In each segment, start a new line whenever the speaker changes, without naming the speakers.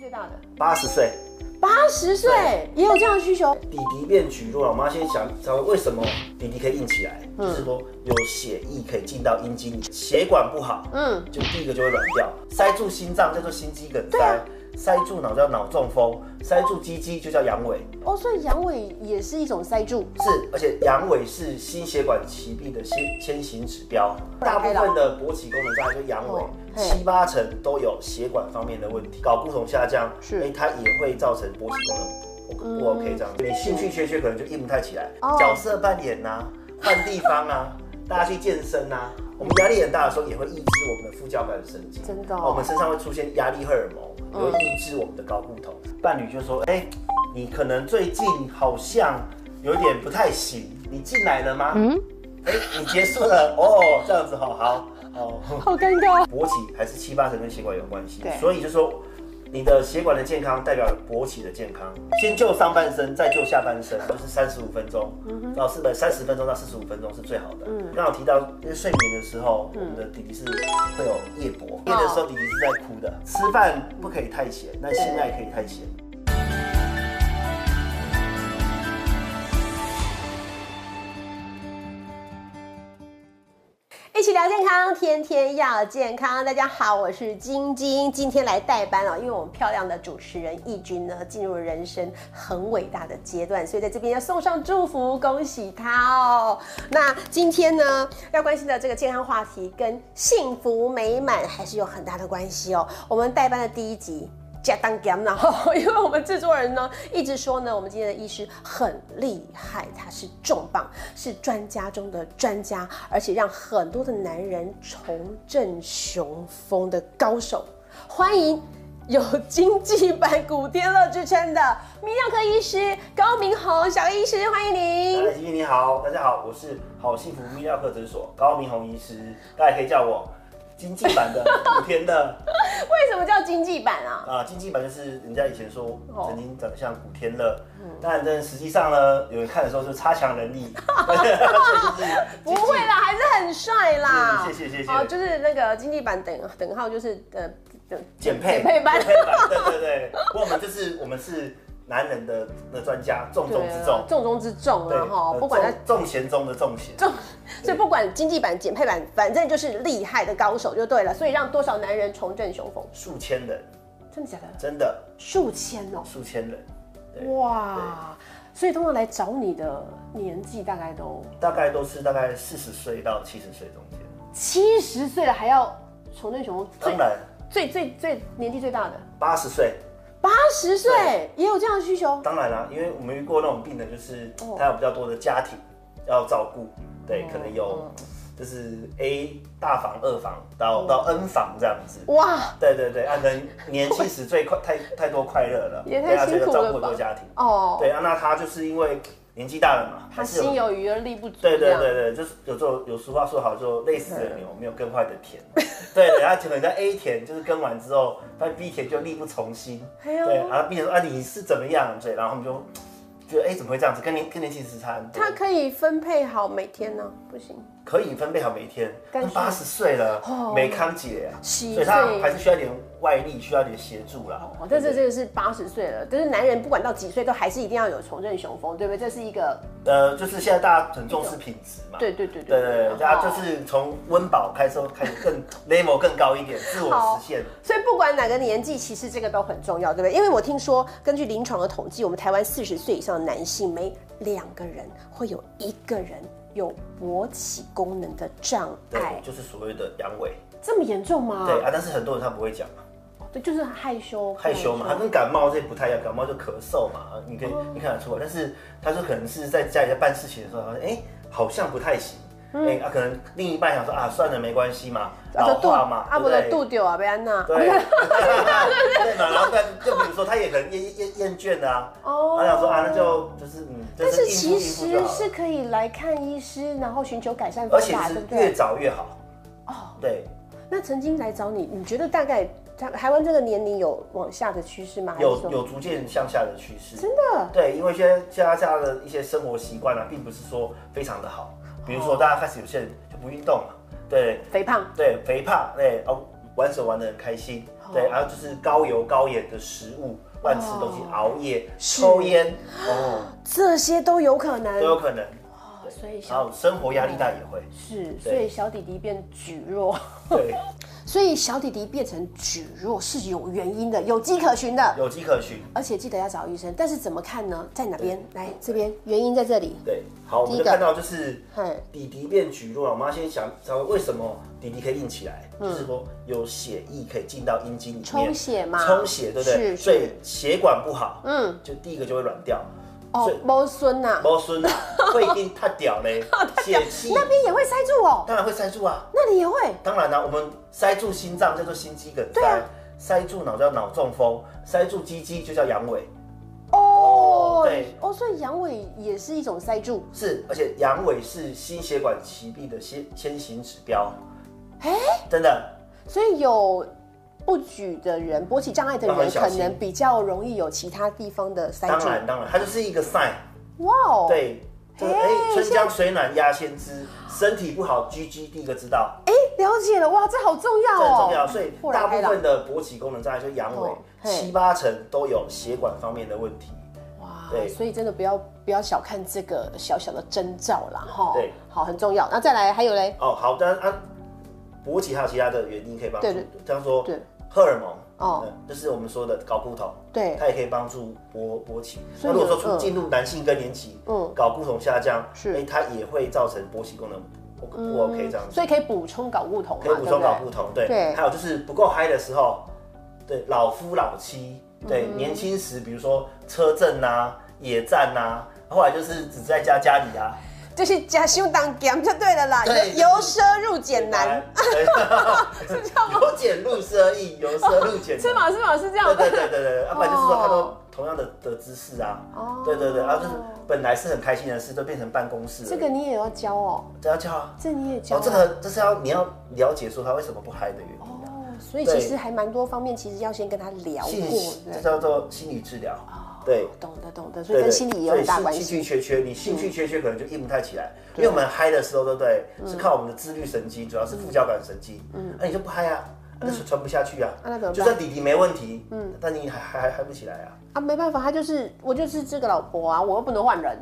最大的？
八十岁，
八十岁也有这样的需求，
弟弟变举弱了，我们要先想找为什么弟弟可以硬起来，就是说有血液可以进到阴茎里，血管不好，
嗯，
就第一个就会软掉，塞住心脏叫做心肌梗塞，塞住脑叫脑中风，塞住鸡鸡就叫阳痿，
哦，所以阳痿也是一种塞住，
是，而且阳痿是心血管疾病的先先行指标，大部分的勃起功能障碍就阳痿
哦，嘿
七八成都有血管方面的问题，睾固酮下降，
是嗯
哎，它也会造成勃起功能不不 OK 这样子，你兴趣缺缺可能就硬不太起来，
哦
角色扮演呐，换地方啊，大家去健身呐。我们压力很大的时候，也会抑制我们的副交感神经。
真的哦嗯
哦我们身上会出现压力荷尔蒙，也会抑制我们的睾固酮。伴侣就说：“哎、你可能最近好像有点不太行，你进来了吗？嗯，哎、你结束了哦，这样子好好哦。
好尴尬。
勃起还是七八成跟血管有关系
对，
所以就说你的血管的健康代表勃起的健康。先救上半身，再救下半身，就是三十五分钟到四百三十分钟到四十五分钟是最好的。刚好提到，因为睡眠的时候，我们的弟弟是会有夜勃，夜的时候弟弟是在哭的。吃饭不可以太咸，那性爱可以太咸。
一起聊健康，天天要健康。大家好，我是晶晶，今天来代班哦，因为我们漂亮的主持人义军呢，进入了人生很伟大的阶段，所以在这边要送上祝福，恭喜他哦。那今天呢，要关心的这个健康话题跟幸福美满还是有很大的关系哦。我们代班的第一集加当 g a 然后 因为我们制作人呢一直说呢，我们今天的医师很厉害，他是重磅，是专家中的专家，而且让很多的男人重振雄风的高手。欢迎有经济版古天乐之称的泌尿科医师高明宏小医师，欢迎您。
嗨，吉你好，大家好，我是好幸福泌尿科诊所高明宏医师，大家可以叫我经济版的古天乐
为什么叫经济版啊？
啊，经济版就是人家以前说
哦嗯
曾经长得像古天乐，但但实际上呢，有人看的时候就差强人 意，
不会啦，还是很帅啦。
嗯是谢谢谢谢
哦，就是那个经济版等等号就是呃等
减配
减配班
减配版，对对对，不过我们就是我们是男人的的专家，重中之重
啊，重中之重
对
了，哈，
呃
不管他
重重贤中的重贤，
重， 所以不管经济版、减配版，反正就是厉害的高手就对了。所以让多少男人重振雄风？
数千人，
真的假的？
真的
数千哦、
数千人，对
哇！所以通常来找你的年纪大概都
大概都是大概四十岁到七十岁中间。
七十岁了，还要重振雄风，
当然，
最最最最年纪最大的
八十岁，
八十岁也有这样的需求。
当然啦、因为我们遇过那种病人，就是
哦
他有比较多的家庭要照顾，对
哦，
可能有就是 A 大房、二房
嗯
到到 N 房这样子。
哇！
对对对，啊，能年轻时最 快太太多快乐了，
也太
对啊
辛苦
这个照
了
顾很
吧
多家庭。
哦，
对啊，那他就是因为年纪大了嘛，
他
还是有
心有余而力不足。
对
这
对
样
对对，就是有时候有俗话说好，就累死的牛没有更坏的田。对，然后可能在 A 田就是耕完之后，发现 B 田就力不从心。
哎呦
对，然后 B 田说啊你是怎么样？对，然后他们就觉得哎、怎么会这样子？跟年跟年轻时差很多
他。可以分配好每天呢、不行，
可以分配好每一天，
但
但
是哦
八十岁了没康姐啊，
洗
所以他
睡
还是需要一点外力，需要一点协助啦。
哦，但是这个是八十岁了，但是男人不管到几岁都还是一定要有重振雄风，对不对？这是一个，
呃，就是现在大家很重视品质嘛。
对对对
对对对，大家就
哦
是从温饱开始开始更 level 更高一点，自我实现。
所以不管哪个年纪，其实这个都很重要，对不对？因为我听说，根据临床的统计，我们台湾四十岁以上的男性，每两个人会有一个人有勃起功能的障
对，
碍，
就是所谓的阳痿。
这么严重吗？
对啊，但是很多人他不会讲嘛，
对，就是害羞，
害羞嘛，他跟感冒这不太一样，感冒就咳嗽嘛，你可以
哦
你看得出来。但是他说可能是在家里在办事情的时候，他说哎、好像不太行，哎、啊可能另一半想说啊算了没关系嘛，老化嘛，
嗯啊
对不
不就
对？
度丢啊，贝安娜。
对， 对嘛，然后但就比如说他也可能厌厌厌倦了啊，
哦
他想说啊那就就是嗯，就
但是其
应付应付就
实
好了
是可以来看医师，然后寻求改善方
而且
法，对
是
不
越
对？
早越好。
哦，
对，
那曾经来找你，你觉得大概台台湾这个年龄有往下的趋势吗？还是
有
说
有逐渐向下的趋势。
真的
对，因为现在现在大家的一些生活习惯啊，并不是说非常的好。比
哦
如说，大家开始有些人就不运动了，对
肥胖
对，肥胖，对哦，玩手玩的很开心，对，然后就是高油高盐的食物，乱吃东西，
哦
熬夜、抽烟，哦，
这些都有可
都
能。
有可能。
哦所以
然
小
后生活压力大也会，
是，所
对
以小弟弟变举弱，
对，
所以小弟弟变成举弱是有原因的，有迹可循的。
有迹可循。
而且记得要找医生，但是怎么看呢？在哪边？来这边，原因在这里。
对，好，我
第
们
一
就
个
看到就是
嗯
底迪变举弱了。我们要先想稍微为什么底迪可以硬起来，就是说有血液可以进到阴茎里面，
嗯充血嘛
充血对不对？
是是
所以血管不好，嗯，就第一个就会软掉，
哦
所以，
猫孙呐，
猫孙啊， 会一定太屌嘞，血气
哦那边也会塞住哦，
当然会塞住啊，
那里也会。
当然啦、我们塞住心脏叫做心肌梗
对
塞，
啊
塞住脑叫脑中风，塞住鸡鸡就叫阳痿。
哦，
对
哦，所以阳痿也是一种塞住。
是，而且阳痿是心血管疾病的先先行指标。
哎
真的，
所以有不举的人，勃起障碍的
要很
人，
小
可
心
能比较容易有其他地方的塞
当
住。
然当然，它就是一个 sign。
哇哦，，
对，就是
嘿
哎，春江水暖鸭先知，身体不好，G G 第一个知道，
哎，了解了，哇，这好重要
这
哦，
很重要。所以
豁然
大
开
部
朗
分的勃起功能障碍，就阳痿
哦，嘿
七八成都有血管方面的问题。
哇，
对
所以真的不要不要小看这个小小的征兆啦，哈。
对，
好，很重要。那再来还有嘞，
哦，好，但啊，勃起还有其他的原因可以帮助
对对，
像说
对
荷尔蒙，
哦
嗯，就是我们说的睾固酮，
对
它也可以帮助勃勃起。
所以
那如果说
有
出进入男性更年期，
嗯
嗯，睾固酮下降，
是嗯
哎，它也会造成勃起功能不不 OK 这样子，
所以可以补充睾固酮嘛，
可以补充睾固
对
酮，
对
对，还有就是不够嗨的时候，对，老夫老妻，
嗯
对，年轻时比如说车震呐、野战呐，后来就是只在家家里啊，
不对就是假胸当减就对了啦，
对
由由奢入俭 难，，
是这样吗？由俭入奢易， 由奢入俭
是
难。
吗？是吗？是这样吗
对对对对对，啊要不然就是说他
哦
都同样的的姿势啊
哦，
对对对，然后就是本来是很开心的事，都变成办公室了。
这个你也要教哦，
这要叫啊，
这你也教、
哦，这个这是要你要了解说他为什么不嗨的原因
哦
啊。
所以
对
其实还蛮多方面，其实要先跟他聊过，
心理这
对，哦
叫做心理治疗，对。
懂的懂的，所
对
以
对
跟心理也有很大
所以
关
是
系。嗯
兴趣缺缺，你兴趣缺缺可能就硬不太起来，因为我们嗨的时候，对不对？是靠我们的自律神经，主要是副交感神经，嗯，那你就不嗨啊，那就传不下去啊
啊那怎么，办
就算底底没问题，嗯，但你还还还嗨不起来啊。
啊，没办法，他就是我就是这个老婆啊，我又不能换人，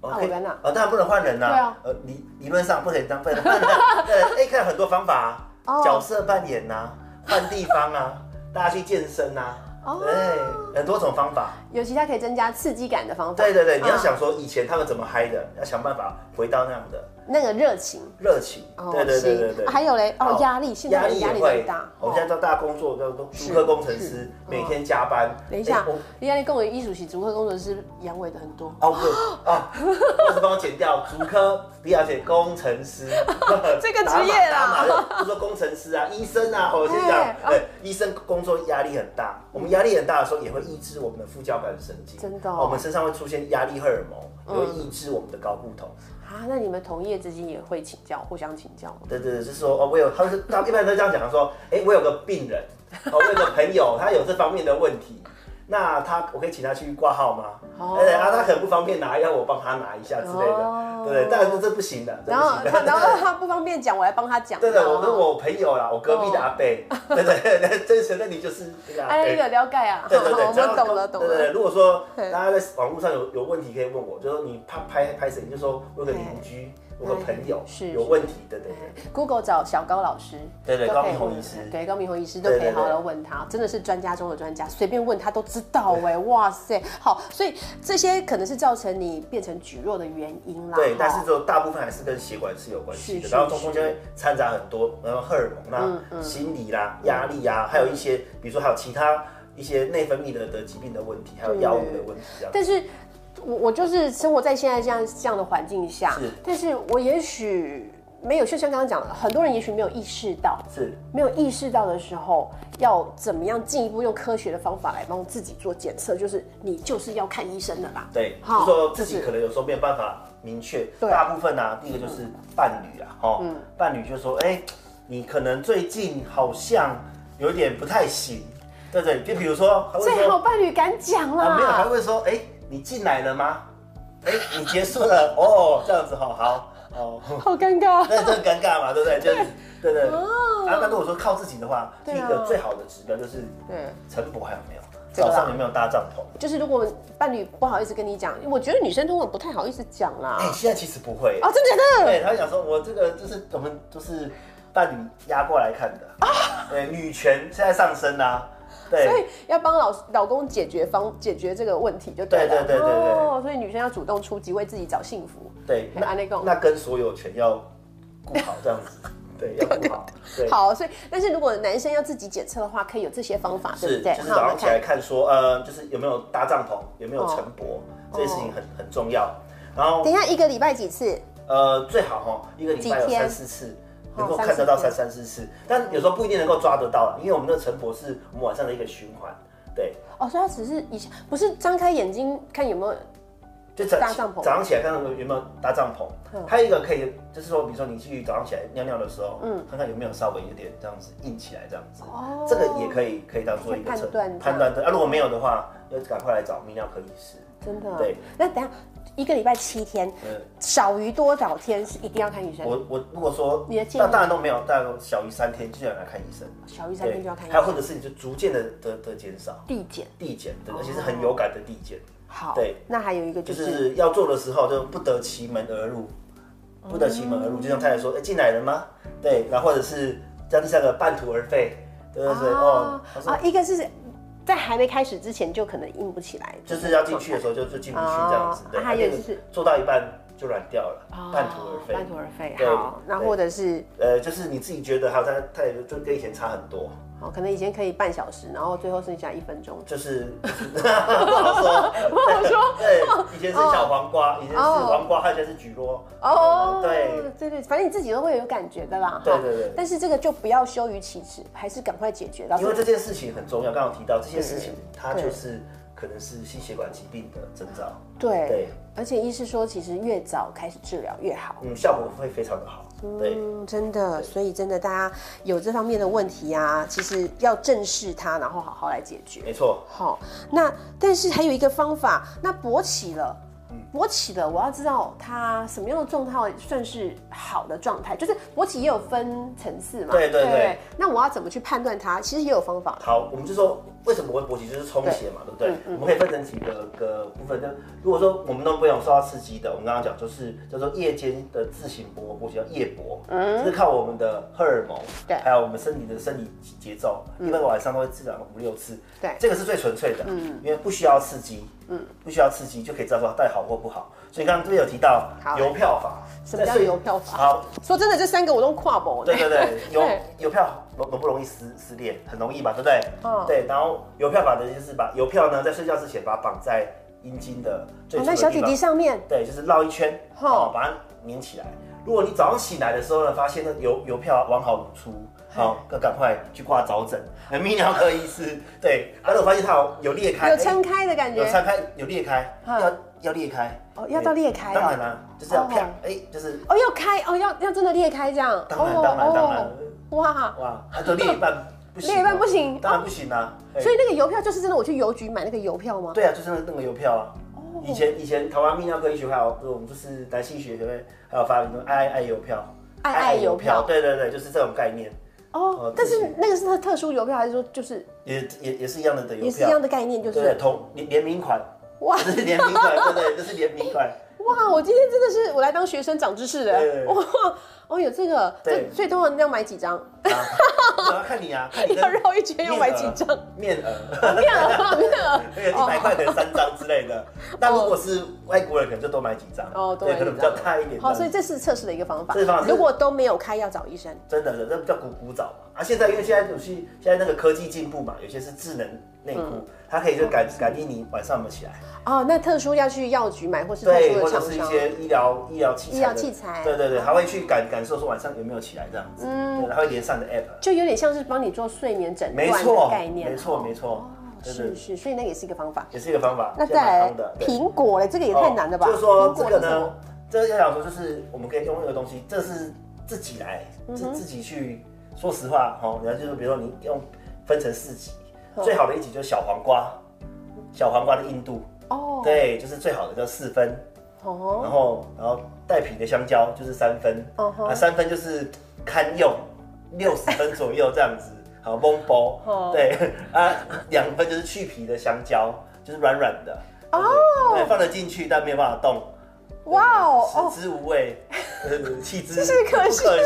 哦
啊
可以
我人啊
哦，当然不能换人呐、
对啊
呃，理理论上不可以当不能换人， 对，哎、看很多方法、
哦
啊，角色扮演呐、换地方啊，大家去健身呐、
哦
对，很多种方法。
尤其他可以增加刺激感的方法。
对对对，你要
啊
想说以前他们怎么嗨的，要想办法回到那样的
那个热情。
热情。对对对
哦是
对对。
还有嘞，哦，压力，现在人
也
压力
会
很大。哦
我们现在到大家工作，叫做
是
主科工程
是哦
师，每天加班。
等一下
哎我，
你压力跟我艺术系足科工程师阳痿的很多。
哦，对啊，我只帮我剪掉竹科，李小姐工程师
这个职业啦
打码打码就说工程师啊、医生啊，或者是这样
哎，
对，医生工作压力很大，我们压力很大的时候也会抑制我们的副交感神经，
真的哦
我们身上会出现压力荷尔蒙，也会抑制我们的睾固酮。
啊，那你们同业之间也会请教，互相请教吗。
对对对，就是说哦，我有，他们是他一般都这样讲，说，哎，我有个病人，哦，我有个朋友， 他有这方面的问题，那他我可以请他去挂号吗？
哦
哎，然后他可能不方便拿，要我帮他拿一下之类
哦
的，对对，但是这不行的，这
然
不
后
行
他，然后
的。
他不方便讲，我来帮他讲。
对的，
哦
我跟。我朋友啦，我隔壁的阿贝，对对对，真实那你就是这个阿
哎，
贝。
有了解啊，
对对 对，
我
只要
们懂了，懂
对对对，
了。
如果说
对
大家在网络上有有问题可以问我，就说你怕拍拍谁，你就说我有个邻居，我有个朋友
是
有问题，对对对。
Google 找小高老师，
对对
都可以
高明宏
问
医师
对高明宏医师都
对
可
对
以好
对
好问他，真的是专家中的专家，随便问他都知道哎，哇塞，好，所以这些可能是造成你变成举弱的原因啦。
对
哈，
但是就大部分还是跟血管是有关系
是
的，
是嗯
然后中中间会掺杂很多，然后荷尔蒙啦、心理啦、压力啊，还有一些，比如说还有其他一些内分泌的的疾病的问题，还有药物的问题这样。
但是我我就是生活在现在这样这样的环境下，
是
但是我也许没有，就像刚刚讲的，很多人也许没有意识到，
是
没有意识到的时候，要怎么样进一步用科学的方法来帮自己做检测，就是你就是要看医生的啦。
对，就
好
是说自己
就是
可能有时候没有办法明确。
对嗯
大部分啊，第一个就是伴侣啊，哦，伴侣就说，哎、你可能最近好像有点不太行，对不对？就比如说，还会
最
说
好伴侣敢讲啦，
啊，没有，还会说，哎、你进来了吗？哎、你结束了哦，这样子哈，好，哦，
好尴尬。
那这很尴尬嘛，对 不对？就是对对。啊，
哦，
那如果说靠自己的话，第
对啊
一个最好的指标就是
对，
晨勃还有没有，
这个
早
啦
上有没有搭帐篷？
就是如果伴侣不好意思跟你讲，我觉得女生通常不太好意思讲啦。
哎，现在其实不会，
哦，真假的？
对，他会讲说，我这个就是我们就是伴侣压过来看的对，女权现在上升啦，
啊所
对
以要帮老老公解决方解决这个问题就对了。
对对对对对
哦，所以女生要主动出击，为自己找幸福。
对，
安内共
那跟所有权要顾好这样子，对，要顾 好，对，
好，所以但是如果男生要自己检测的话，可以有这些方法，对
是
不对？
就是
那我
早
们哦
上起来看说，呃，就是有没有搭帐篷，有没有晨勃，这件事情很很重要。然后
等一下一个礼拜几次？
呃，最好哈，一个礼拜有
几天
三四次。能够
哦
看得到
三
三三四次，但有时候不一定能够抓得到啦，因为我们那个晨勃是我们晚上的一个循环，对，
哦，所以他只是以前不是张开眼睛看有没有
就早
搭帐篷嗯
早上起来看看有没有搭帐篷，还有一个可以就是说，比如说你去早上起来尿尿的时候，嗯，看看有没有稍微有点这样子硬起来这样子，
哦
这个也可以可以当做一个
判
测
断这样
判断的。啊，如果没有的话，要赶快来找泌尿科医师。
真的、啊
对，
那等一下一个礼拜七天，
嗯，
少于多少天是一定要看医生？
我我如果说
你的建议
那当然都没有，大概小于三天就要来看医生，
小于三天就要看医
还有或
生。
者是你就逐渐的的的减少
递减
递减，对，
哦
而且是很有感的递减，
好，
对，
那还有一个就、
就是是要做的时候就不得其门而入，不得其门而
嗯
入，就像太太说，哎，进来了吗？对，然后或者是像第三个半途而废，对对对，哦
啊，
他说
啊，一个是在还没开始之前就可能硬不起来，
就是要进去的时候就就进不去这样子
哦，
对，
还有就是哦
那个做到一半就软掉了，半途而废，
半途而废。
对
好，那
对
或者是
呃，就是你自己觉得还有他他也就跟以前差很多，
哦，可能以前可以半小时，然后最后剩下一分钟。
就是，不好 说，不好说。对，以前是小黄瓜，以前是黄瓜，它现在是蒟蒻。
哦，
对，
对对，反正你自己都会有感觉的啦。
对
哈
对对
但是这个就不要羞于启齿，还是赶快解决。然
因
后
为这件事情很重要，刚刚有提到这些事情，它就是可能是心血管疾病的征兆，
对，
对，
而且医师说，其实越早开始治疗越好。
嗯，效果会非常的好。对，
嗯，真的，所以真的，大家有这方面的问题啊，其实要正视它，然后好好来解决。
没错。
好、那但是还有一个方法，那勃起了，
嗯
勃起了，我要知道它什么样的状态算是好的状态，就是勃起也有分层次嘛。
对对
不
对
那我要怎么去判断它？其实也有方法。嗯
好，我们就说为什么会勃起，就是充血嘛，对不对？我们可以分成几个个部分。就如果说我们都不用受到刺激的，我们刚刚讲就是叫做夜间的自行勃，勃起叫夜勃，嗯，这是靠我们的荷尔蒙，
对嗯
还有我们身体的生理节奏，一般晚上都会自然五六次，
对
这个是最纯粹的，嗯，因为不需要刺激，嗯，不需要刺激就可以知道说带好或不好。所以刚刚这边有提到
好
邮票法，
什么叫
在睡
邮票法
好，
说真的，这三个我都跨博哦
对对对，邮
对
邮票容容不容易撕撕裂？很容易嘛，对不对？
嗯
对，然后邮票法的就是把邮票呢，在睡觉之前把它绑在阴茎的
哦
最初
那
的
小
地
姐
方
姐，上面
对，就是绕一圈，
哼
哦，把它粘起来。如果你早上醒来的时候呢，发现那邮邮票完好如初，好、要赶快去挂早诊，呃泌尿科医师。对，而且我发现它有有裂开，
有
哎
撑开的感
有
觉，
拆开，有裂开，
嗯
要要裂开，哎
哦要到裂开哦
当然啦、就是要
哦
啪，哎、就是
哦要开哦要要真的裂开这样，
当然
哦
当然当然
哦哇。
哇，它就另一半不行、
另一半不行哦
当然不行啦、哎
所以那个邮票就是真的，我去邮局买那个邮票吗？
对啊，就是那个那个邮票啊。
哦
以前以前台湾泌尿科医学会还有，就是我们就是男性医学会还有发明那种爱爱爱邮票，
爱爱邮票
对对对，就是这种概念，
哦
哦，
但
就是
那个是特特殊邮票，还是说就是
也也也是一样的的邮票，
也是一样的概念？就
对，
是
对同联联名款，
哇
这是联名款，对对，这是联 名款，
哇，我今天真的是我来当学生长知识的
对
哇！哦，有这个，这
对
所以通常要买几张？
啊，我要看你啊，看你
要
的
绕一圈要买几张？哦
面 额，
面额，面额
对，一百块可能三张之类的。那如果是外国人，可能就多买几张，
哦，多
对，
买
可
几
能
张
比较大一点。
好，所以这是测试的一个方法
这是方法。是
如果都没有开，要找医生。
真的，那叫古古早嘛。啊，现在因为现在有些现在那个科技进步嘛，有些是智能内裤，
嗯
它可以就感感应你晚上有没有起来，
哦，那特殊要去药局买，或是特殊
对，
的
或者
厂
是一
商。
些医疗医疗器材的，
医疗器材嗯
对对对，还会去感感受说晚上有没有起来这样子，嗯，它会连上你的 app，
就有点像是帮你做睡眠诊
没
断的
错，
概念，哦
没错没错，对对
是，是，所以那也是一个方法。
也是一个方法，
那
现在
再
蛮
来
夯的对
苹果嘞，这个也太难了吧？
哦就是说
苹
这
果
个
是什么
呢，这个要讲说就是我们可以用那个东西，这是自己来，
嗯
自、自己去。说实话，哦，然后就是比如说你用分成四级，
哦
最好的一级就是小黄瓜，小黄瓜的硬度，
哦，
对，就是最好的叫四分。
哦，
然后然后带皮的香蕉就是三分，
哦吼
啊三分就是堪用，六十分左右这样子，好蒙包，
哦
对啊两分就是去皮的香蕉，就是软软的，
哦
对，放得进去但没有办法动，嗯
哇哦哦，
食之无味，呃弃之
是可惜
不可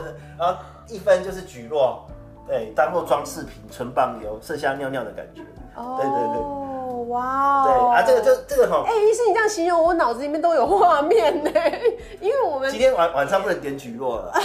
惜，然后一分就是菊落，对，当做装饰品纯棒油，剩下尿尿的感觉，对对对。
哦，哇哦，
对啊，这个就这个哈
哎、，医生，你这样形容，我脑子里面都有画面呢， 因为我们
今天晚晚上不能点菊落了。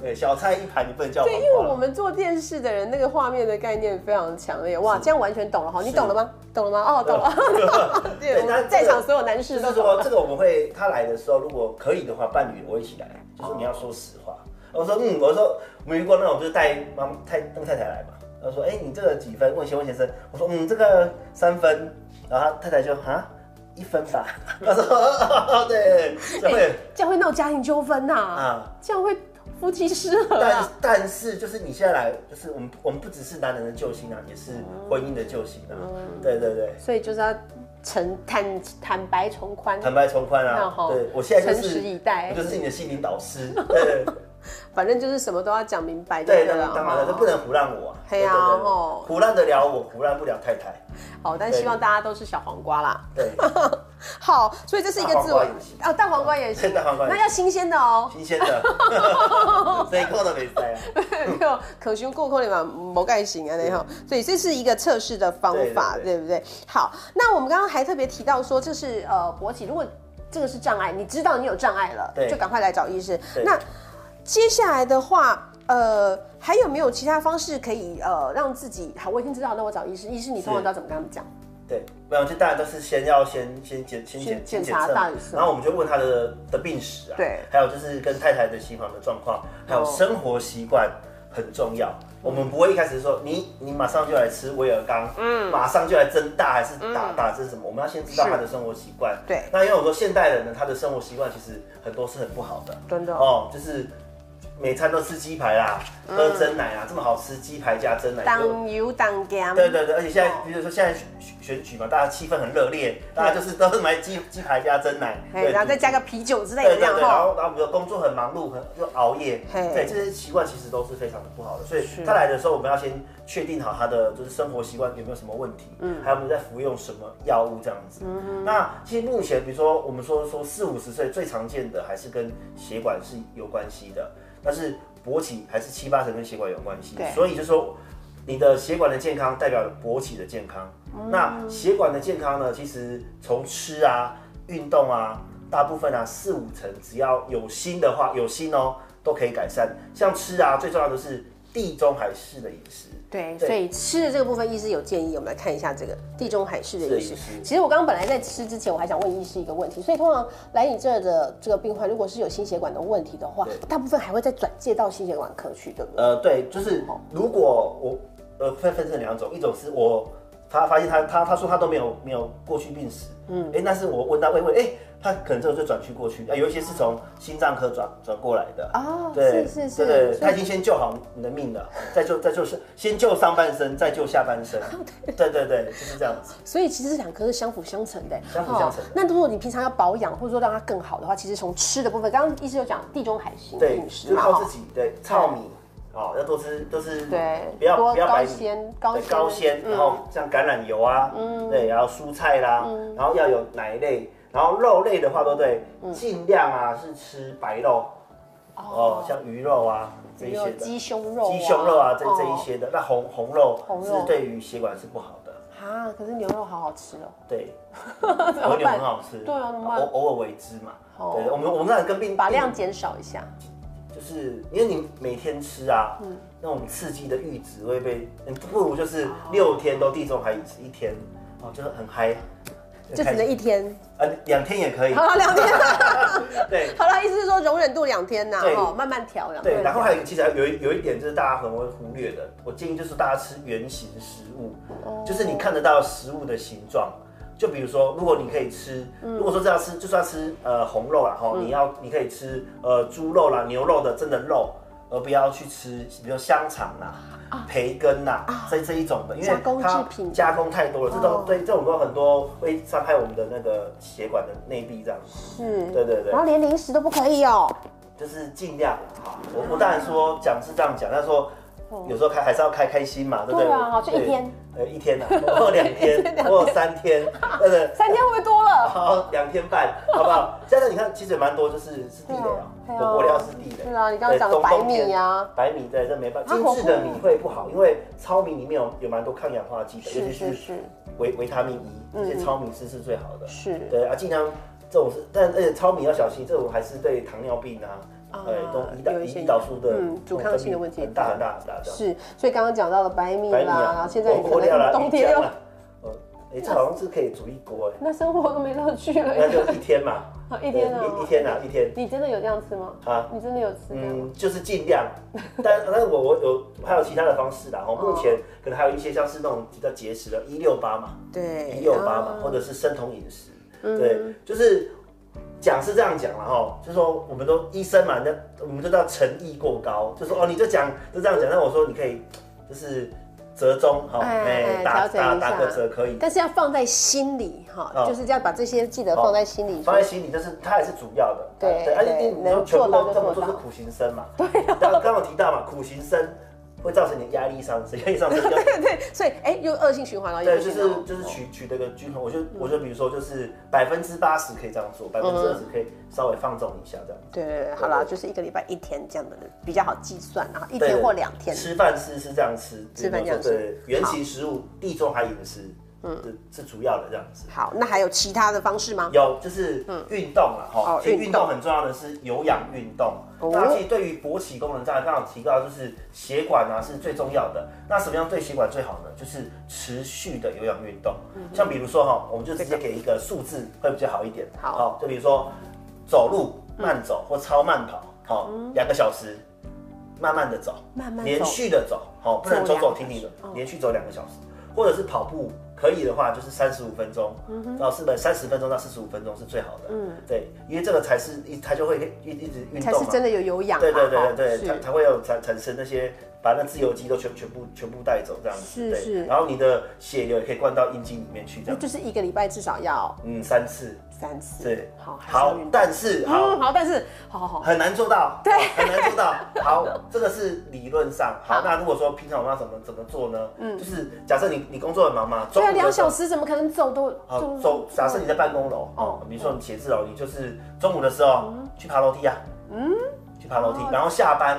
对，小菜一盘，你不能叫黄
对，因为
瓜
我
了。
们做电视的人，那个画面的概念非常强烈，哇，这样完全懂了哈，你懂了吗？懂了吗？哦，懂 了。 对，我
那这
们
个
在场所有男士
就
都
是
懂了。
说，这个我们会他来的时候，如果可以的话，伴侣也会一起来，就是你要说实话。我说嗯，我说我们遇过那种就是带妈妈太那个太太来嘛，他说哎、你这个几分？问先问先生，我说嗯这个三分，然后他太太就啊一分吧， 他说 哦对，就会
这样会闹家庭纠纷呐，
啊。
这样会夫妻失和
但
啊。
但是就是你现在来，就是我们我们不只是男人的救星啊，也是
哦
婚姻的救星啊。
嗯
对对对，
所以就是要诚坦坦白从宽，
坦白从宽
那
啊
好。
对我现在就
诚实以
是
待
我就是你的心灵导师。 对
反正就是什么都要讲明白就
对
对
对，
了。哦
当然了，就不能胡乱我啊。
嘿啊
对对对
吼
胡乱得了我，胡乱不了太太。
好，但希望大家都是小黄瓜啦。
对，
好，所以这是一个自我
大黄瓜也行
啊，大黄瓜也行，
大黄瓜也
那
行
要新鲜的 哦，
新鲜的，谁扣都没塞啊。
没有可修过扣你嘛，某盖型啊那哈，所以这是一个测试的方法，
对对对
不对？好，那我们刚刚还特别提到说，这是呃勃起，如果这个是障碍，你知道你有障碍了，
对
就赶快来找医生。
对
那接下来的话。呃，还有没有其他方式可以呃让自己好？我已经知道，那我找医师。医师，你通常
是
知道怎么跟他们讲？
对，没有，就大家都是先要先先检先检
检
先检
查
测
大
嘛
于，是
然后我们就问他的的病史啊，
对哦
还有就是跟太太的行房的状况，还有生活习惯很重要。我们不会一开始说你你马上就来吃威尔刚，嗯，马上就来增大还是打打这是什么？我们要先知道
嗯是
他的生活习惯。
对
那因为我说现代人呢，他的生活习惯其实很多是很不好的，
真的
哦，就是每餐都吃鸡排啦，喝蒸奶啊，这么好吃鸡排加蒸奶，
嗯
就
当哦油当干，
对对对，而且现在比如说现在选选举嘛，大家气氛很热烈，大家就是都是买鸡鸡排加蒸奶，
嘿，然后再加个啤酒之类
对
的
对
这样
对，然
哈。
后然后比如说工作很忙碌，很又熬夜，
嘿
对这些习惯其实都是非常的不好的，所以
是
他来的时候我们要先确定好他的就是生活习惯有没有什么问题，嗯，还有我们在服用什么药物这样子。
嗯
那其实目前比如说我们说说四五十岁最常见的还是跟血管是有关系的，但是勃起还是七八成跟血管有关系
对，
所以就说。你的血管的健康代表了勃起的健康。那血管的健康呢？其实从吃啊、运动啊，大部分啊四五成，只要有心的话，有心哦，都可以改善。像吃啊，最重要的是地中海式的饮食。
对，
对
所以吃的这个部分，医师有建议，我们来看一下这个地中海式的饮食
是饮食。
其实我刚刚本来在吃之前，我还想问医师一个问题，所以通常来你这儿的这个病患，如果是有心血管的问题的话
对，
大部分还会再转介到心血管科去，对不对？
呃，对，就是如果我呃分分成两种，一种是我他发现他他他说他都没有没有过去病史，嗯，哎，那是我问他会问，哎，他可能这个就转去过去，呃有一些是从心脏科转转过来的，
哦
对，
是是是
对对，
所以
他已经先救好你的命了，再救再救下，先救上半身，再救下半 身，对对对，就是这样子，
所以其实这两颗是相辅相成的，哦
相辅相成的
那如果你平常要保养，或者说让它更好的话，其实从吃的部分，刚刚医师有讲地中海型
对
饮，食
就
嘛，
靠
哦
自己，对，糙米。哦，要多吃，多吃，
对
不要
多
不要白
高
米
纤高
对
纤
高纤，
嗯
然后像橄榄油啊，对，然后蔬菜啦，
嗯
然后要有奶类，然后肉类的话，对不对？尽量啊是吃白肉，哦，像鱼肉啊这一
有
些的，
鸡胸肉、
鸡胸肉啊这这一
哦
些的，那红红肉
红肉
是对于血管是不好的，
啊，可是牛肉好好吃哦。
对，
么
和牛
办
很好吃，
对啊怎么办
偶偶尔为之嘛。
哦
对，我们我们那跟病
把量减少一下，
就是因为你每天吃啊，
嗯
那种刺激的阈值会被，你不如就是
哦
六天都地中海饮食，一天哦，就是很嗨，
就只能一天，
呃两天也可以
好，了，两天。
对
好了，意思是说容忍度两天呐，
对
哦，慢慢调两
对，
天。
然后还有其实还有一有一点就是大家可能会忽略的，我建议就是大家吃原形食物，
哦
就是你看得到食物的形状。就比如说，如果你可以吃，
嗯
如果说这要吃，就是要吃呃红肉啦，吼，你要你可以吃呃猪肉啦、牛肉的真的肉，而不要去吃，比如香肠啦、培根啦、这这一种的，因为
啊加工制
它
品
加工太多了，这
哦
种对这种都很多会伤害我们的那个血管的内壁这样子。
是，
对对对
然后连零食都不可以哦。
就是尽量哈。我我当然说讲是这样讲，但是说有时候开还是要开开心嘛，对不对？
哦对啊
我
就一天，
对呃，一天 啊，或两天，或三天，对不对？
三天会不会多了？
好，两天半，好不好？现在你看，其实也蛮多，就是是地雷啊，
对啊对啊
火锅料是地雷。
是啊你刚刚讲的
对冬
白米啊
冬天白米对，这没办法。
啊火
精
锅
致的米会不好，因为糙米里面有有蛮多抗氧化剂的，尤
是
其
是嗯
是
是
维维他命 E，这些糙米是是最好的。
是，
对啊，尽量这种是，但而且糙米要小心，这种还是对糖尿病啊，
啊
对，都胰岛
有一些
胰岛素的
嗯阻抗性的问题
很大很大很大这样。
是。所以刚刚讲到了白米啦，
白米啊，
然后现在
火锅
可
料啦
能，冬天
鱼
又
浆啦，呃，哎，这好像是可以煮一锅哎，
那生活都没乐趣 了。
那就一天嘛，
好一天啊
对一一天啊，一天。
你真的有这样吃吗？
啊，
你真的有吃这样吗？
嗯，就是尽量， 但但是我我有还有其他的方式啦。我
哦
目前可能还有一些像是那种比较节食的，一六八嘛，
对
一六八
哦
嘛，或者是生酮饮食，
嗯
对，就是讲是这样讲了哈，就说我们都医生嘛，那我们都叫诚意过高，就说哦，你就讲就这样讲，那我说你可以就是折中哈，
哎哎
打
调整一下
打打个折可以，
但是要放在心里哈，
哦
就是要把这些记得放在心里。
放在心里，就是它也是主要的。
对
而且
对
你
能
你全部
做到
都
就
这
做
么做
到哦
是苦行僧嘛？对、啊刚刚有提到嘛，苦行僧会造成你的压力上升，压力上升就
对 对，所以哎，又恶性循环了，又
对，
不
就
行
是
了哦
就是取取得个均衡。我
嗯
就我就比如说，就是百分之八十可以这样做，百分之二
嗯
十可以稍微放纵一下这样。
对对对，好啦，就是一个礼拜一天这样的比较好计算啊，一
对
天或两天。
吃饭是是这样吃，
吃饭这样吃
对，原形食物，地中海饮食，嗯，是主要的这样子。
好，那还有其他的方式吗？
有就是运动了哈
哦，
其实
运
运
动
动很重要的是有氧运动。
哦
那其实对于勃起功能障碍，刚刚有提到就是血管啊是最重要的。那什么样对血管最好呢？就是持续的有氧运动。
嗯
像比如说哈，我们就直接给一个数字会比较好一点。
好嗯
就比如说走路慢走或超慢跑，好，两个小时。慢慢的走，
慢慢走
连续的走，好，不能
走
走
两
走
个
停停
小
的
时哦，
连续走两个小时，或者是跑步，可以的话就是三十五分钟，
嗯
到四百三十分钟到四十五分钟是最好的，嗯，对，因为这个才是一，它就会一一直运
才
动
是
嘛，
真的有有氧啊。
对对
哈
对对对，
是
它它会有产产生那些把那自由基都全全部全部带走这样子，
是
对
是
然后你的血流也可以灌到阴茎里面去这
那
样，
就是一个礼拜至少要
嗯，三次，
三次。
对，
好，还是要
好
运，动。
但 是好，
嗯，好，但是好好好，
很难做到，对，很难做到。 好，这个是理论上。好，那如果说平常我们要怎么怎么做呢？嗯，就是假设你你工作很忙嘛，中
对啊，
午
两
的时
小
候，
时怎么可能走都
好
都
走，假设你在办公楼，哦，比如说你写字楼，你就是中午的时候去爬楼梯啊，嗯，去爬楼梯，然后下班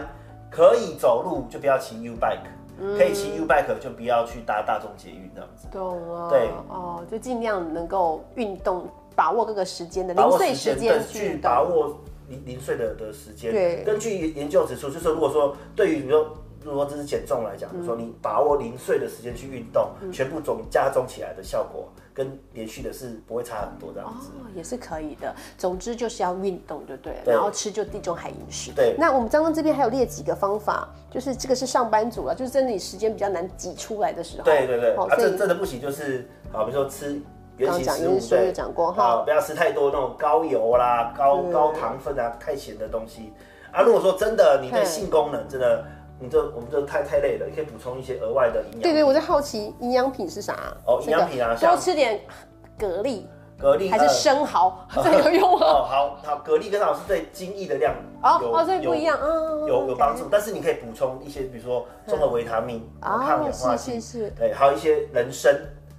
可以走路就不要骑 U bike，可以骑 U bike 就不要去搭大众捷运这样子。
懂了。
对
哦，就尽量能够运动，把握各个时间的
把
零
握
碎
时
时
间，
间
根
去
据
运
把
动。
握零零碎的的时间。
对
根据研究指出，就是如果说对于比如说如果只是减重来讲，比如说
嗯
你把握零碎的时间去运动，全部总加重起来的效果跟连续的是不会差很多这样子。
哦，也是可以的。总之就是要运动，就对了。
对
然后吃就地中海饮食。
对
那我们刚刚这边还有列几个方法，就是这个是上班族了，就是真的你时间比较难挤出来的时候。
对对对，
哦好
啊，
所
这
以
真的不行，就是啊，比如说吃原
刚
形
刚讲
食
原
物，
始食物
对，
讲过哈嗯
啊，不要吃太多那种高油啦、高高糖分啊、太咸的东西啊。如果说真的你对
嗯
性功能真的，你就我们就太太累了，你可以补充一些额外的营养。
对对，我在好奇营养品是啥？
哦
这个
营养品啊
多
像
吃点蛤蜊
蛤蜊
还是
呃
生蚝，这有用吗？
哦，好好，蛤蜊跟老师对精益的量
哦
有
哦，所以不一样，嗯，
有有有帮助，但是你可以补充一些，比如说综合维他命、
哦
抗氧化
是
剂，
是是
对，还有一些人参，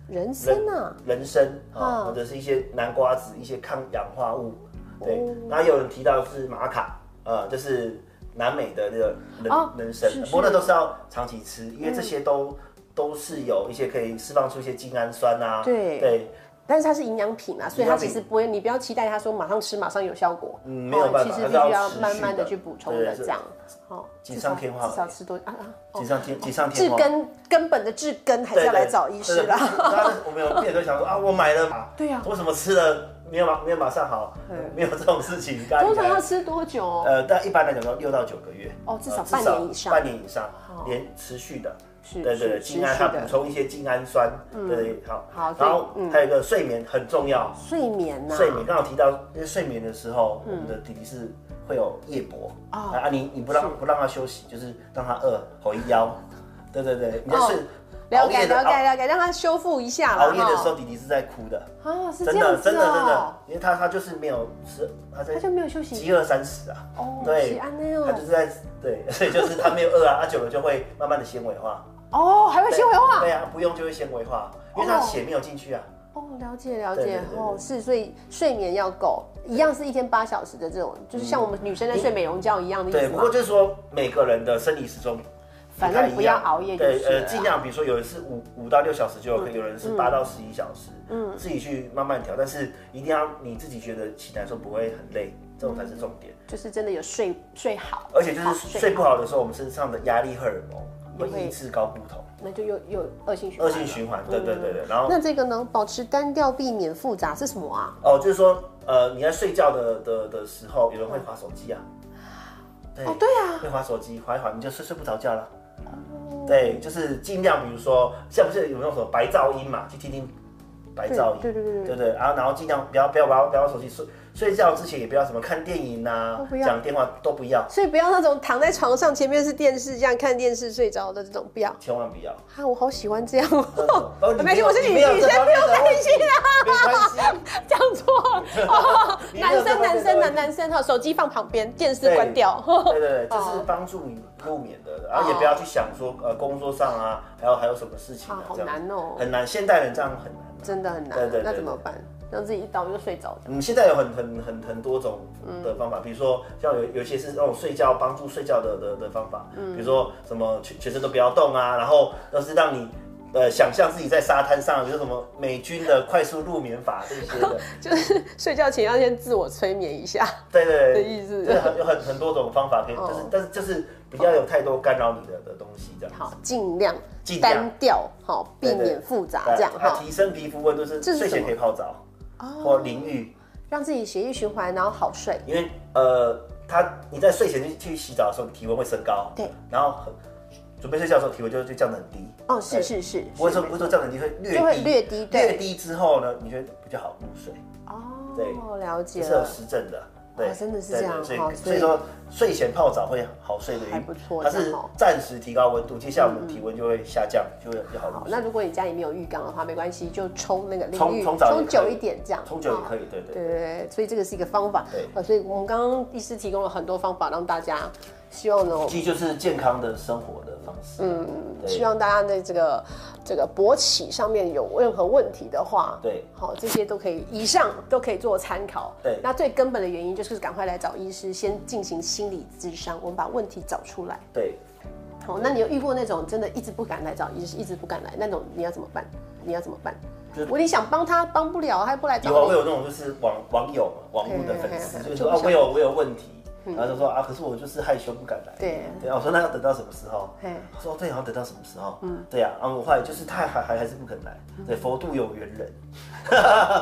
人参
人
啊，
人参啊，
嗯
或者是一些南瓜子，一些抗氧化物，对。
哦
然后有人提到是玛卡，呃，就是南美的那个人、
哦
人参
是，是嗯
不过那都是要长期吃，因为这些都。都是有一些可以释放出一些精氨酸啊，
对
对，
但是它是营养品啊，所以它
营养
其
品
实不会，你不要期待它说马上吃马上有效果，嗯
没有办法
其实必
它是
须
要
要
持续
慢慢的
的
去补充
对
的
是
这样，哦，
锦
至
上
少
添花
至少吃多啊啊，哦
锦上添锦上添
治
花。
根根本的治根还是要来找医师啦。
那我们有病人都想说啊，我买了嘛，
对啊
为什么吃了没有马没有马上好，没有这种事情。刚才
通常要吃多久？
呃，但一般来讲说六到九个月，
哦至少
呃
半年以上
半年以上，连持续的。
是
对
是
对，
持
精氨
续
它
的嗯
补充一些精氨酸，对对，好。
好所以嗯
然后还有一个睡眠很重要，
睡眠呐，啊
睡眠刚好提到，因为睡眠的时候，我们的底是会有夜搏
嗯哦
啊，你你不让
是
不让他休息，就是让他饿吼一腰，对对对，你就
哦
是
了
熬
解
夜的
了解
熬
了解，让他修复一下
熬
了
夜的时候，
哈。
弟弟是在哭的，
啊，是这
真
样
的
子
真的真的
哦，，
因为他他就是没有吃，他在
他就没有休息
饥饿三十啊，
哦，是
对，
安内
他就是
哦，
在对， 所以就是他没有饿啊，他久了就会慢慢的纤维化，
哦，还会纤维化
对。啊，不用就会纤维化，因为他血没有进去啊，
哦，了解了
对对
解
对对
哦，是，所以睡眠要够，一样是一天八小时的这种，就是像我们女生在睡美容觉一样的意
嗯对，
思
不
嘛
过。就是说每个人的生理时钟
反
太
正
一
不要
样
熬夜就
对，
是了嗯
呃，
啦
尽量比如说有人是五五到六小时就 OK，、有人是八到十一小时，嗯，自己去慢慢调，但是一定要你自己觉得起来的时候不会很累，这种才是重点。
就是真的有睡睡好，
而且就
好
是睡不，好的时候，我们身上的压力荷尔蒙
哦也
会
会
抑制高不酮，
那就又又恶性循环
恶
了
性循环。对对对对，然后
那这个呢，保持单调，避免复杂是什么啊？
哦，就是说呃，你在睡觉的的的时候，有人会划手机啊，对
哦，对啊，哦
会划手机，划一划你就睡睡不着觉了。对，就是尽量，比如说像不是有那种什么白噪音嘛，去听听白噪音，
对对对对对
对不对？然后然后尽量不要不要玩不要玩手机，睡睡觉之前也不要什么看电影呐、
都不要
讲电话都不要，
所以不要那种躺在床上前面是电视这样看电视睡着的这种，不要。
千万不要。
啊，我好喜欢这样
真的
哦。
哦你
没
没
事，
有
我是女
你没有
女生，
这方
不
面
用
的
担心啊。
没关系，
讲错了，哦
你没
男
有这
生
方面
男
的
生
问
男
题
男生哈，手机放旁边，电视
对
关掉。
对对对，这是帮助你入眠的，然
哦
后也不要去想说呃工作上啊，还有还有什么事情啊
啊，，好
这样
难哦，
很难，现代人这样很难啊。
真的很难。
对对对
那怎么
对
办？让自己一倒就睡着。
嗯，现在有很很很很多种
嗯
的方法，比如说像有有一些是那种睡觉帮助睡觉的的的方法，
嗯
比如说什么全全身都不要动啊，然后要是让你呃想象自己在沙滩上，就是什么美军的快速入眠法这些的，
就是睡觉前要先自我催眠一下。
对对
的
对，
意思哦
就是很有很很多种方法可以，但是但是就是不要有太多干扰你的的东西这样，
好，尽量
尽量
单调，好，避
对对
免复杂
对
这样
还
哈，
提升皮肤温度是
这是
睡
什
前
么哦
可以泡澡或淋浴，
让自己血液循环，然后好睡。
因为呃，它你在睡前去去洗澡的时候，你体温会升高，
对，
然后很准备睡觉的时候，体温就就降得很低，
哦，是
对
是是，
不会
是
说不会说降得很低，会略低，
就会略低对
略低之后呢，你觉得比较好入睡，对
哦，了解
这是有
了。
实证的。对，
哦真的是
对
这样
对
哦
所
所以
以所以说睡前泡澡会好睡的原因，
还不错
它
这
是
样嗯哦
暂时提高温度，接下来我们体温就会下降，就会就好入
好，
睡。
那如果你家里没有浴缸的话，没关系，就冲那个淋
冲
浴，
冲澡也可以
久一点这样，
冲酒也
哦
可以，对对
对对对，所以这个是一个方法。
对
呃所以我们刚刚医师提供了很多方法让大家，希望呢，
其实就是健康的生活的方式。嗯，
希
对
望大家的这个这个勃起上面有任何问题的话，
对，
好，这些都可以，以上都可以做参考。
对
那最根本的原因就是赶快来找医师，先进行心理咨商，我们把问题找出来。
对，
好，那你有遇过那种真的一直不敢来找医师，一直不敢来那种，你要怎么办？你要怎么办
就？
我你想帮他帮不了，他不来找
有啊，我
你。
有那种就是网网友嘛，网络的粉丝，
嘿嘿嘿
就是说啊，我有我有问题，然后就说啊，可是我就是害羞不敢来。
嗯对
对啊，我说那要等到什么时候
嘿？
他说对啊，要等到什么时候？嗯，对啊，然后我后来就是他还还还是不肯来，对，佛度有缘人，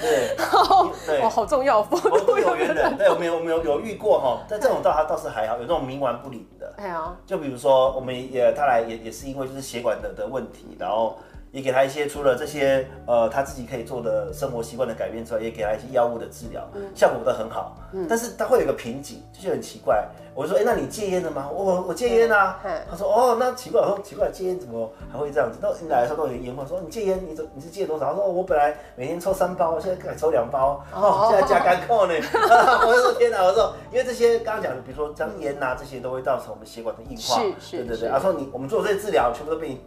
对， 对
哦， 好重要，佛
佛度
度
有
有
缘
缘。
人，对，我们有我们有有遇过哈，但这种倒还倒是还好，有那种冥顽不灵的，
哎呀，
就比如说，我们也他来也也是因为就是血管的的问题，然后也给他一些除了这些呃他自己可以做的生活习惯的改变之外，也给他一些药物的治疗，
嗯
效果都很好。但是他会有一个瓶颈，就觉得很奇怪。我就说，哎、那你戒烟了吗？我我我戒烟啊
嗯嗯。
他说，哦，那奇怪，我说奇怪，戒烟怎么还会这样子？那你来的时候都有烟嘛？说你戒烟，你怎你是戒多少？他说、哦我本来每天抽三包，现在改抽两包，哦，现在加干扣呢。 我就说天哪，我说因为这些刚刚讲的，比如说像烟呐、这些都会造成我们血管的硬化，
是是
对对
是
对。他说你我们做这些治疗全部都被你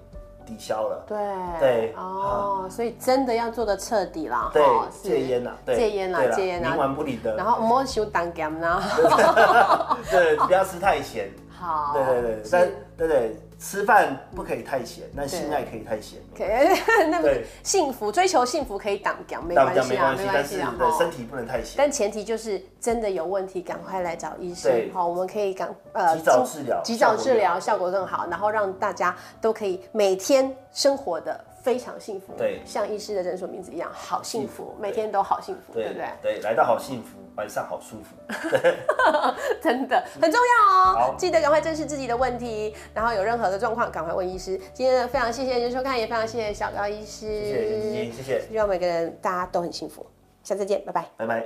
抵消了，
对
对
哦，所以真的要做的彻底啦，
对
哈，哦是
戒烟呐，对
戒烟啦
对，啦
戒烟
冥
啦，哦
顽不灵
然
的，
后莫修单干啦，
对，不要吃太咸，
好，
对对对，但对对，吃饭不可以太咸，
嗯
但性爱可以太咸。
可以， 那个
对
幸福追求幸福可以挡掉，没
但
关
这样
系
没
啊，
关
没
系，
关
但
系
是
啊，
对
哈
身体不能太咸。
但前提就是真的有问题，赶快来找医生
对。
好，我们可以赶呃
及早治疗
及早
效果
治疗效果更好，然后让大家都可以每天生活的非常幸福。
对
像医师的诊所名字一样，好幸
幸
福
福，
每天都好幸福，对不对？
对，来到好幸福，晚上好舒服。
真的很重要哦
好，
记得赶快正视自己的问题，然后有任何的状况赶快问医师。今天呢，非常谢谢您收看，也非常谢谢小高医师，
谢谢，谢谢，谢谢，
希望每个人大家都很幸福。下次见，拜拜。
拜拜。